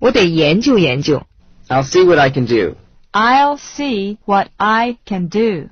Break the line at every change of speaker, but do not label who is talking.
我得研究研究。
I'll see what I can do.
I'll see what I can do.